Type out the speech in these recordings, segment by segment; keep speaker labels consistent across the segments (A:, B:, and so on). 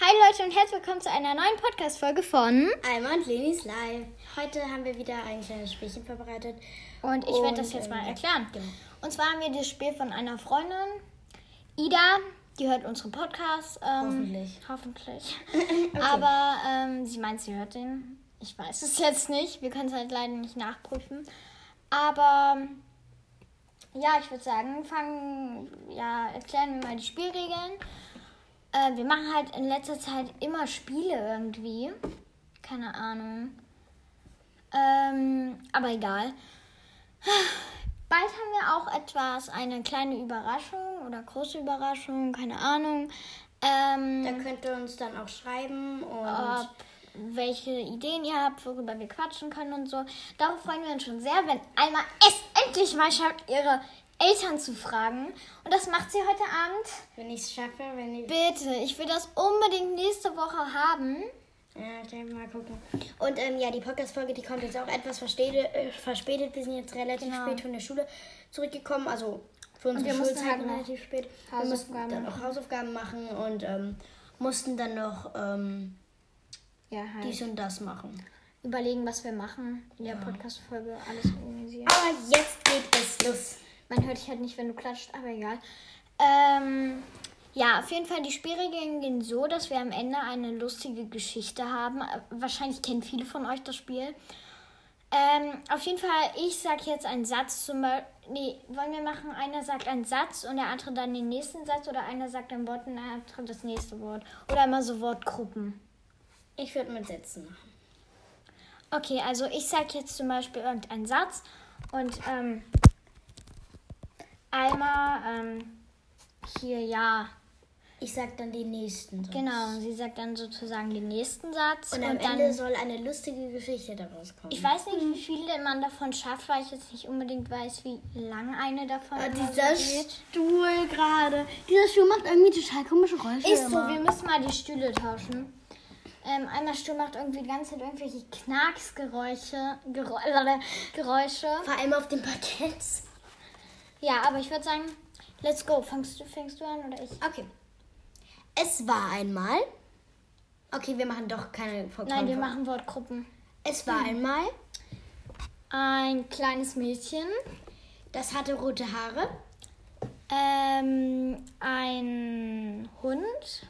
A: Hi Leute und herzlich willkommen zu einer neuen Podcast-Folge von.
B: Alma und Lenis Live. Heute haben wir wieder ein kleines Spielchen vorbereitet.
A: Und ich werde das jetzt
B: ähm,
A: mal erklären.
B: Genau.
A: Und zwar haben wir das Spiel von einer Freundin, Ida. Die hört unseren Podcast. Ähm,
B: Hoffentlich.
A: Hoffentlich. Aber ähm, sie meint, sie hört den. Ich weiß es jetzt nicht. Wir können es halt leider nicht nachprüfen. Aber ja, ich würde sagen, fangen, ja, erklären wir mal die Spielregeln. Äh, wir machen halt in letzter Zeit immer Spiele irgendwie. Keine Ahnung. Ähm, aber egal. Bald haben wir auch etwas, eine kleine Überraschung oder große Überraschung, keine Ahnung.
B: Da
A: Ähm,
B: könnt ihr uns dann auch schreiben und
A: ob, welche Ideen ihr habt, worüber wir quatschen können und so. Darauf freuen wir uns schon sehr, wenn Alma es endlich mal schafft, ihre Eltern zu fragen. Und das macht sie heute Abend.
B: wenn ich es schaffe, wenn ich.
A: Bitte, ich will das unbedingt nächste Woche haben.
B: Ja, ich denke, mal gucken. Und ähm, ja, die Podcast-Folge, die kommt jetzt auch etwas verspätet. Äh, verspätet. Wir sind jetzt relativ
A: Genau.
B: spät von der Schule zurückgekommen. Also für
A: wir
B: unsere
A: mussten
B: Schulzeit
A: halt noch
B: relativ spät. Wir
A: Hausaufgaben
B: mussten dann auch Hausaufgaben machen und ähm, mussten dann noch ähm,
A: Ja,
B: dies und das machen.
A: Überlegen, was wir machen in der Podcast-Folge, alles organisieren.
B: Aber jetzt geht es los.
A: Man hört dich halt nicht, wenn du klatscht, aber egal. Ähm, ja, auf jeden Fall, die Spielregeln gehen so, dass wir am Ende eine lustige Geschichte haben. Äh, Wahrscheinlich kennen viele von euch das Spiel. Ähm, auf jeden Fall, ich sag jetzt einen Satz zum Beispiel. Nee, wollen wir machen, einer sagt einen Satz und der andere dann den nächsten Satz oder einer sagt ein Wort und der andere das nächste Wort. Oder immer so Wortgruppen.
B: Ich würde mit Sätzen machen.
A: Okay, also ich sag jetzt zum Beispiel irgendeinen Satz und ähm, einmal ähm, hier ja.
B: Ich sag dann den nächsten. sonst.
A: Genau, und sie sagt dann sozusagen den nächsten Satz
B: Und
A: und,
B: am
A: dann.
B: Ende soll eine lustige Geschichte daraus kommen.
A: ich weiß nicht, wie viele man davon schafft, weil ich jetzt nicht unbedingt weiß, wie lang eine davon
C: Ah,
A: immer so
C: dieser Stuhl gerade. Dieser Stuhl macht irgendwie total komische Geräusche.
A: Ist so,
C: immer.
A: wir müssen mal die Stühle tauschen. Ähm, einmal Stuhl macht irgendwie die ganze Zeit irgendwelche Knacksgeräusche. Gerä Geräusche.
B: Vor allem auf dem Parkett.
A: Ja, aber ich würde sagen, let's go. Fängst du, fängst du an oder ich?
B: Okay. Es war einmal. Okay, wir machen doch keine Vor-
A: Nein, wir
B: Vor-
A: machen Wortgruppen.
B: Es war einmal.
A: Ein kleines Mädchen,
B: Das hatte rote Haare
A: ähm, ein Hund,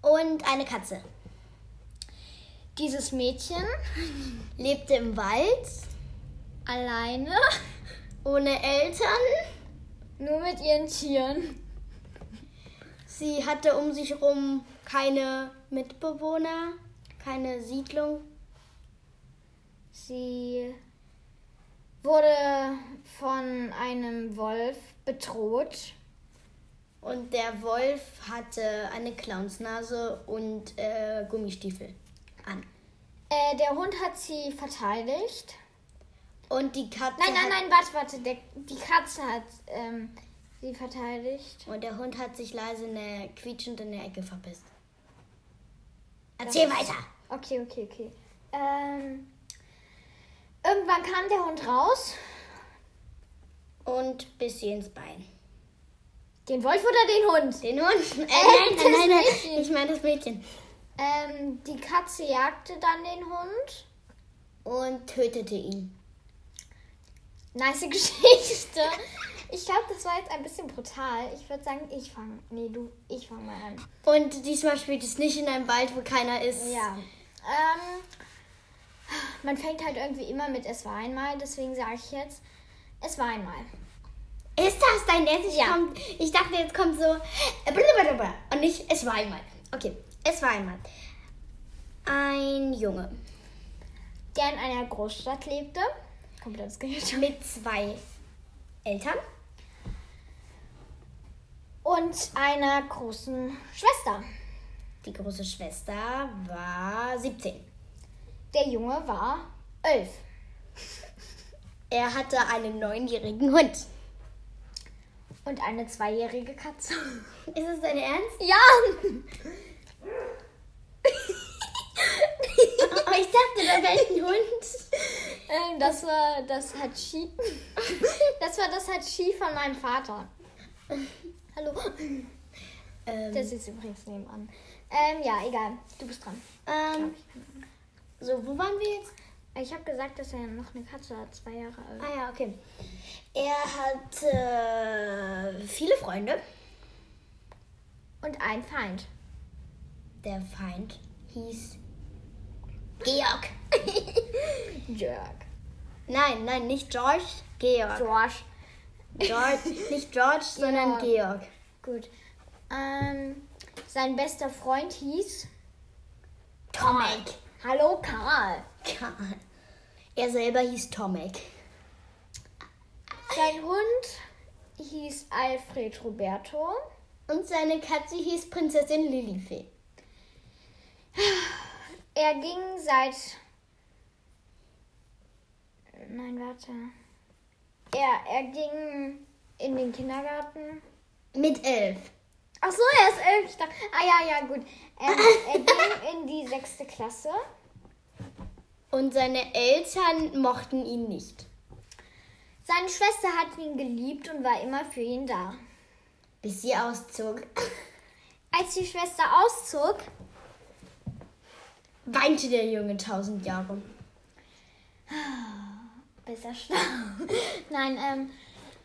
B: und eine Katze.
A: dieses Mädchen
B: Lebte im Wald
A: alleine,
B: ohne Eltern.
A: nur mit ihren Tieren.
B: Sie hatte um sich herum keine Mitbewohner, keine Siedlung.
A: Sie wurde von einem Wolf bedroht.
B: Und der Wolf hatte eine Clownsnase und äh, Gummistiefel an.
A: Äh, der Hund hat sie verteidigt.
B: Und die Katze.
A: Nein, nein,
B: hat-
A: nein, warte, warte. Der, die Katze hat ähm, sie verteidigt.
B: Und der Hund hat sich leise in der, quietschend in der Ecke verpisst. Erzähl weiter!
A: Okay, okay, okay. Ähm, irgendwann kam der Hund raus.
B: Und bis sie ins Bein.
A: Den Wolf oder den Hund?
B: Den Hund? Äh,
A: Äh,
B: nein,
A: das
B: nein, nein,
A: Mädchen.
B: nein. Ich meine das Mädchen.
A: Ähm, die Katze jagte dann den Hund.
B: Und tötete ihn.
A: Nice Geschichte. Ich glaube, das war jetzt ein bisschen brutal. Ich würde sagen, ich fange. Nee, du, ich fange mal an.
B: Und diesmal spielt es nicht in einem Wald, wo keiner ist.
A: Ja. Ähm, man fängt halt irgendwie immer mit Es war einmal, deswegen sage ich jetzt Es war einmal.
B: Ist das dein Ernst? Ich,
A: Ja.
B: kommt, ich dachte, jetzt kommt so. äh, blablabla. Und nicht, es war einmal. Okay, es war einmal. Ein Junge
A: Der in einer Großstadt lebte. Komplettes Gehirn.
B: mit zwei Eltern
A: Und einer großen Schwester.
B: Die große Schwester war 17.
A: Der Junge war elf.
B: Er hatte einen neunjährigen Hund.
A: Und eine zweijährige Katze.
B: Ist es dein Ernst?
A: Ja!
B: Aber Oh, ich dachte, da wäre ein Hund.
A: Ähm, das war das Hatschi. Das war das Hatschi von meinem Vater. Hallo.
B: Ähm,
A: Der sitzt übrigens nebenan. Ähm, ja, egal. Du bist dran.
B: Ähm, so, wo waren wir jetzt?
A: Ich habe gesagt, dass er noch eine Katze hat, zwei Jahre alt.
B: Ah ja, okay. Er hat äh, viele Freunde.
A: Und ein Feind.
B: Der Feind hieß Georg.
A: Jerk.
B: nein, nein, nicht George, Georg.
A: Josh.
B: George, nicht George, sondern Georg.
A: Gut. Ähm, sein bester Freund hieß.
B: Tomek.
A: Hallo Karl.
B: Karl. Er selber hieß Tomek.
A: Sein Hund hieß Alfred Roberto.
B: Und seine Katze hieß Prinzessin Lilifee.
A: Er ging seit. Nein, warte. Er, er ging in den Kindergarten.
B: Mit elf.
A: Ach so, er ist elf. Ich dachte- Ah ja, ja, gut. Er, er ging in die sechste Klasse.
B: Und seine Eltern mochten ihn nicht.
A: Seine Schwester hat ihn geliebt und war immer für ihn da.
B: Bis sie auszog.
A: Als die Schwester auszog,
B: Weinte der Junge tausend Jahre. um.
A: besser schlau. Nein, ähm,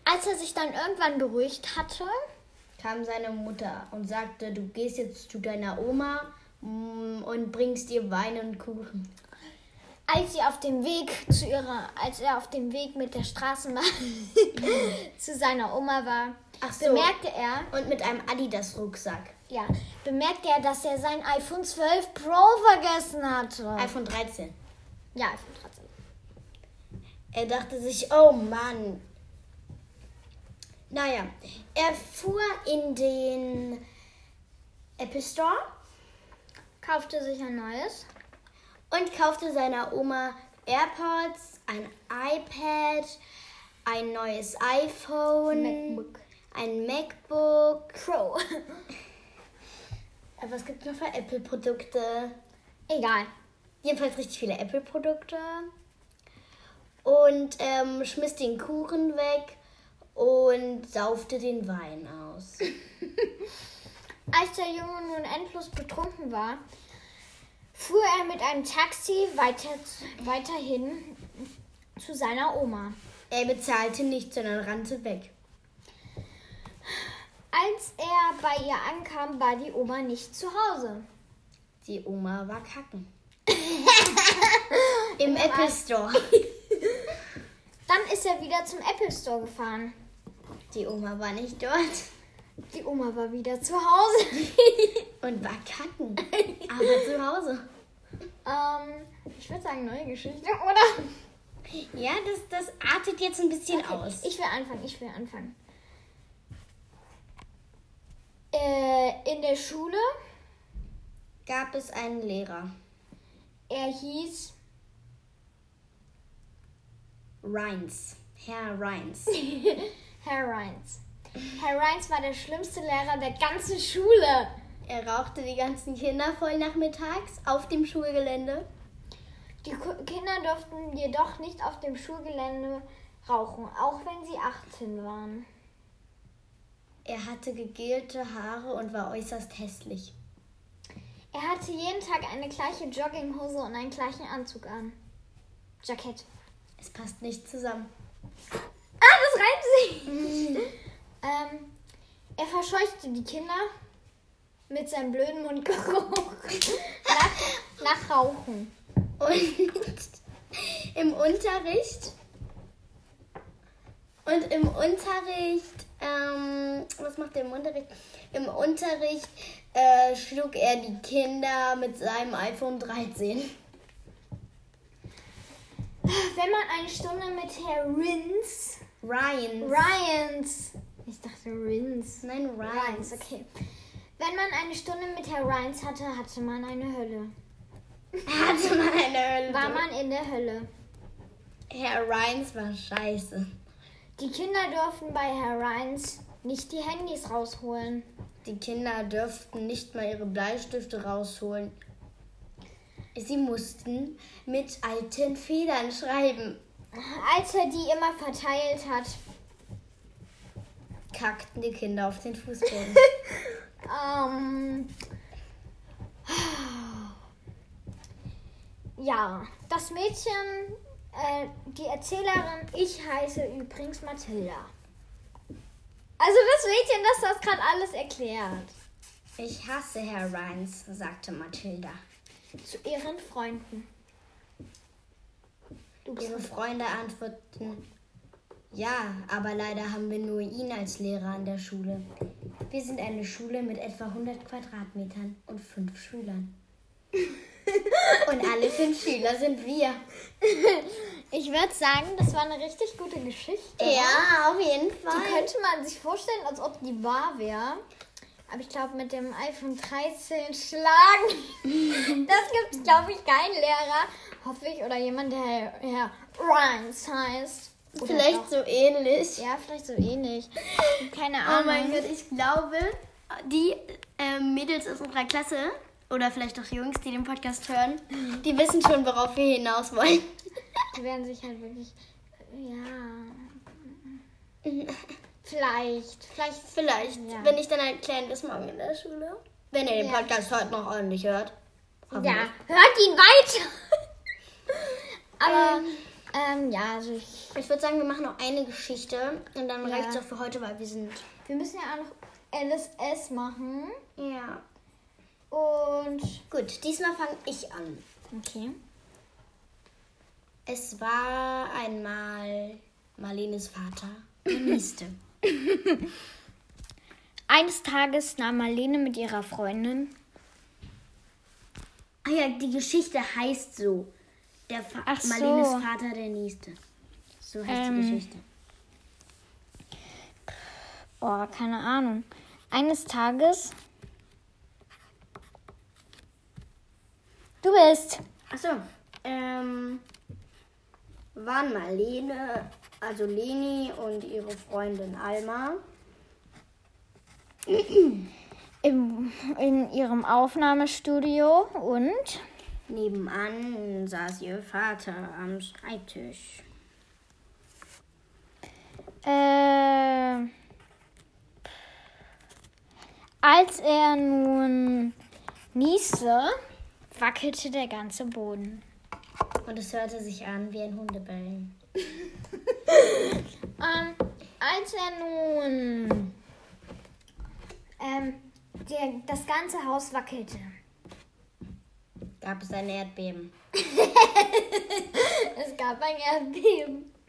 A: als er sich dann irgendwann beruhigt hatte,
B: kam seine Mutter und sagte, du gehst jetzt zu deiner Oma mm, und bringst ihr Wein und Kuchen.
A: als sie auf dem Weg zu ihrer, als er auf dem Weg mit der Straßenbahn zu seiner Oma war,
B: Ach so.
A: bemerkte er,
B: Und mit einem Adidas-Rucksack.
A: ja, bemerkte er, dass er sein iPhone 12 Pro vergessen hatte.
B: iPhone 13.
A: Ja, iPhone 13.
B: Er dachte sich, oh Mann. Naja, er fuhr in den Apple Store
A: Kaufte sich ein neues.
B: und kaufte seiner Oma AirPods, ein iPad, ein neues iPhone,
A: MacBook.
B: ein MacBook.
A: Pro.
B: Aber es gibt noch für Apple-Produkte.
A: Egal.
B: Jedenfalls richtig viele Apple-Produkte. Und ähm, schmiss den Kuchen weg und saufte den Wein aus.
A: Als der Junge nun endlos betrunken war, fuhr er mit einem Taxi weiter, weiterhin zu seiner Oma.
B: Er bezahlte nicht, sondern rannte weg.
A: Als er bei ihr ankam, war die Oma nicht zu Hause.
B: Die Oma war kacken. Im Apple Store.
A: Dann ist er wieder zum Apple Store gefahren.
B: Die Oma war nicht dort
A: Die Oma war wieder zu Hause.
B: und war kacken. Aber zu Hause.
A: ähm, ich würde sagen, neue Geschichte, oder?
B: Ja, das, das artet jetzt ein bisschen aus.
A: Ich will anfangen, ich will anfangen. Äh, in der Schule,
B: Gab es einen Lehrer?
A: er hieß
B: Reins. Herr Reins.
A: Herr Reins. Herr Reins war der schlimmste Lehrer der ganzen Schule.
B: Er rauchte die ganzen Kinder voll nachmittags auf dem Schulgelände.
A: Die Ku- Kinder durften jedoch nicht auf dem Schulgelände rauchen, auch wenn sie 18 waren.
B: Er hatte gegelte Haare und war äußerst hässlich.
A: Er hatte jeden Tag eine gleiche Jogginghose und einen gleichen Anzug an. Jackett.
B: Es passt nicht zusammen.
A: Ah, das reimt sich. ähm, er verscheuchte die Kinder mit seinem blöden Mundgeruch nach, nach Rauchen.
B: Und im Unterricht. Und im Unterricht. Ähm, was macht er im Unterricht? Im Unterricht äh, schlug er die Kinder mit seinem iPhone 13.
A: Wenn man eine Stunde mit Herr Rins,
B: Ryan.
A: Ryans, ich dachte Rins,
B: Nein, Ryan.
A: Ryans, okay. Wenn man eine Stunde mit Herr Ryans hatte, hatte man eine Hölle.
B: Hatte man eine
A: War
B: Hölle.
A: man in der Hölle.
B: Herr Ryans war scheiße.
A: Die Kinder durften bei Herr Ryans nicht die Handys rausholen.
B: Die Kinder dürften nicht mal ihre Bleistifte rausholen. Sie mussten mit alten Federn schreiben.
A: Als er die immer verteilt hat,
B: Kackten die Kinder auf den Fußboden.
A: ähm, Ja, das Mädchen, äh, die Erzählerin, ich heiße übrigens Mathilda. Also das Mädchen, das das gerade alles erklärt.
B: Ich hasse Herr Rhines, sagte Mathilda.
A: Zu ihren Freunden. Du bist
B: Ihre Freunde antworteten, ja, aber leider haben wir nur ihn als Lehrer an der Schule. Wir sind eine Schule mit etwa 100 Quadratmetern und fünf Schülern. und alle fünf Schüler sind wir.
A: Ich würde sagen, das war eine richtig gute Geschichte.
B: Ja, auf jeden
A: Die könnte man sich vorstellen, als ob die wahr wäre. Aber ich glaube, mit dem iPhone 13 schlagen, das gibt glaube ich, keinen Lehrer. Hoffe ich. Oder jemand, der Herr Rhines heißt. Oder doch-
B: Vielleicht so ähnlich.
A: Ja, vielleicht so ähnlich. Keine
C: Oh
A: Ahnung.
C: mein Gott, ich glaube, die ähm, Mädels aus unserer Klasse oder vielleicht auch die Jungs, die den Podcast hören,
A: Mhm.
B: Die wissen schon, worauf wir hinaus wollen.
A: Die werden sich halt wirklich. Ja. Vielleicht. Vielleicht.
B: Vielleicht
A: Ja.
B: bin ich dann ein kleines Mangel in der Schule. Wenn ihr den
A: Ja.
B: Podcast heute noch ordentlich hört.
C: Oh
A: Ja, hört ihn weiter. Aber, ähm, ja, also ich,
B: Ich würde sagen, wir machen noch eine Geschichte und dann
A: Ja.
B: reicht's auch für heute, weil wir sind.
A: wir müssen ja auch noch LSS machen.
B: Ja.
A: Und.
B: Gut, diesmal fange ich an.
A: Okay.
B: Es war einmal Marlenes Vater, der Nieste.
A: Eines Tages nahm Marlene mit ihrer Freundin.
C: Ah ja, die Geschichte heißt so. Der Fa
A: Ach so.
C: Marlenes Vater, der Nächste. So heißt
A: Ähm.
C: die Geschichte.
A: Oh, keine Ahnung. Eines Tages. Du bist.
B: Achso, ähm, waren Marlene, also Leni und ihre Freundin Alma.
A: Im, in ihrem Aufnahmestudio und
B: Nebenan saß ihr Vater am Schreibtisch.
A: äh, als er nun nieste, wackelte der ganze Boden.
B: Und es hörte sich an wie ein Hundebellen.
A: Ähm, als er nun ähm, der, das ganze Haus wackelte.
B: Gab es ein Erdbeben.
A: Es gab ein Erdbeben.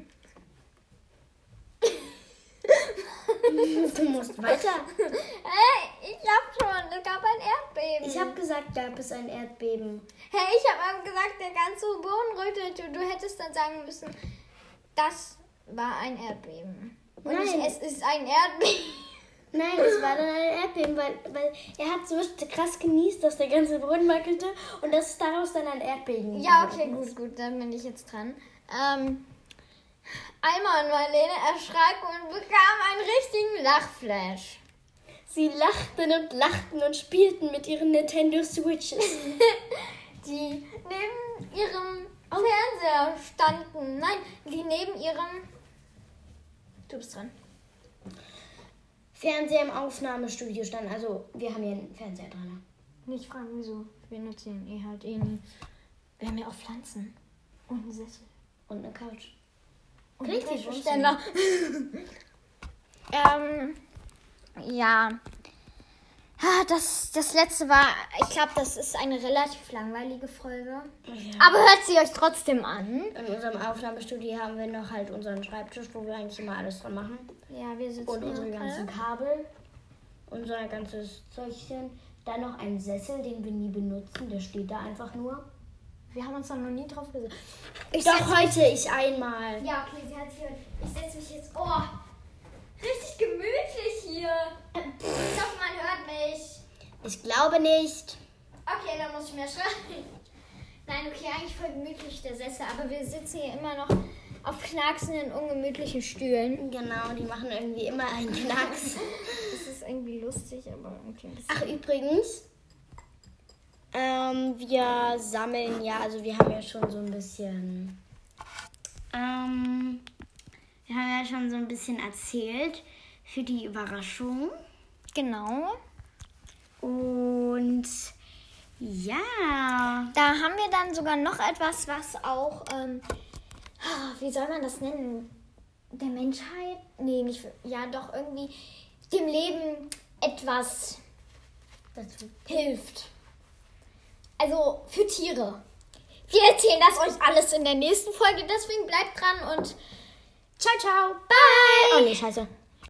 B: Du musst weiter.
A: Hey, ich hab schon, es gab ein Erdbeben.
B: Ich habe gesagt, gab es ein Erdbeben.
A: Hey, ich habe aber gesagt, der ganze Boden rüttelte. Du hättest dann sagen müssen, das war ein Erdbeben. Und nicht,
B: Nein.
A: es ist ein Erdbeben.
B: Nein, es war dann ein Erdbeben, weil, weil er hat so krass genießt, dass der ganze Boden wackelte und dass daraus dann ein Erdbeben
A: Ja,
B: geworden
A: okay,
B: ist.
A: gut, gut, dann bin ich jetzt dran. Ähm, Alma und Marlene erschraken und bekamen einen richtigen Lachflash.
B: Sie lachten und lachten und spielten mit ihren Nintendo Switches.
A: Die neben ihrem Fernseher standen. Nein, die neben ihrem... Du bist dran.
B: Fernseher im Aufnahmestudio stand, also wir haben hier einen Fernseher dran.
A: Nicht fragen, wieso. Wir nutzen ihn eh halt eh nie. Wir haben ja auch Pflanzen. Und einen Sessel.
B: Und eine Couch.
A: Und einen
B: Richtig,
A: Wäscheständer. ähm, ja. Ah, Das, das letzte war, ich glaube, das ist eine relativ langweilige Folge. Aber hört sie euch trotzdem an.
B: In unserem Aufnahmestudio haben wir noch halt unseren Schreibtisch, wo wir eigentlich immer alles dran machen.
A: Ja, wir sitzen
B: Und unsere
A: hier
B: ganzen
A: gerade.
B: Kabel, unser ganzes Zeugchen. Dann noch einen Sessel, den wir nie benutzen, der steht da einfach nur.
A: Wir haben uns da noch nie drauf gesetzt. Ich
B: Doch
A: setz-
B: heute ich einmal.
A: Ja, okay, sie hat sich gehört. Ich setze mich jetzt. Oh, richtig gemütlich hier. Ich hoffe, man hört mich.
B: Ich glaube nicht.
A: Okay, dann muss ich mehr schreiben. Nein, okay, eigentlich voll gemütlich der Sessel, aber wir sitzen hier immer noch auf knacksenden, ungemütlichen Stühlen.
B: Genau, die machen irgendwie immer einen Knacks.
A: Das ist irgendwie lustig, aber irgendwie ein bisschen.
B: Ach, übrigens, ähm, wir sammeln ja, also wir haben ja schon so ein bisschen.
C: Ähm, wir haben ja schon so ein bisschen erzählt für die Überraschung.
A: Genau.
C: Und Ja.
A: Da haben wir dann sogar noch etwas, was auch, ähm, ah, wie soll man das nennen? Der Menschheit? Nee, nicht, ja, doch irgendwie dem Leben etwas
B: Dazu.
A: hilft. Also für Tiere. Wir erzählen das euch alles in der nächsten Folge, deswegen bleibt dran und ciao, ciao, bye!
B: Oh nee, scheiße.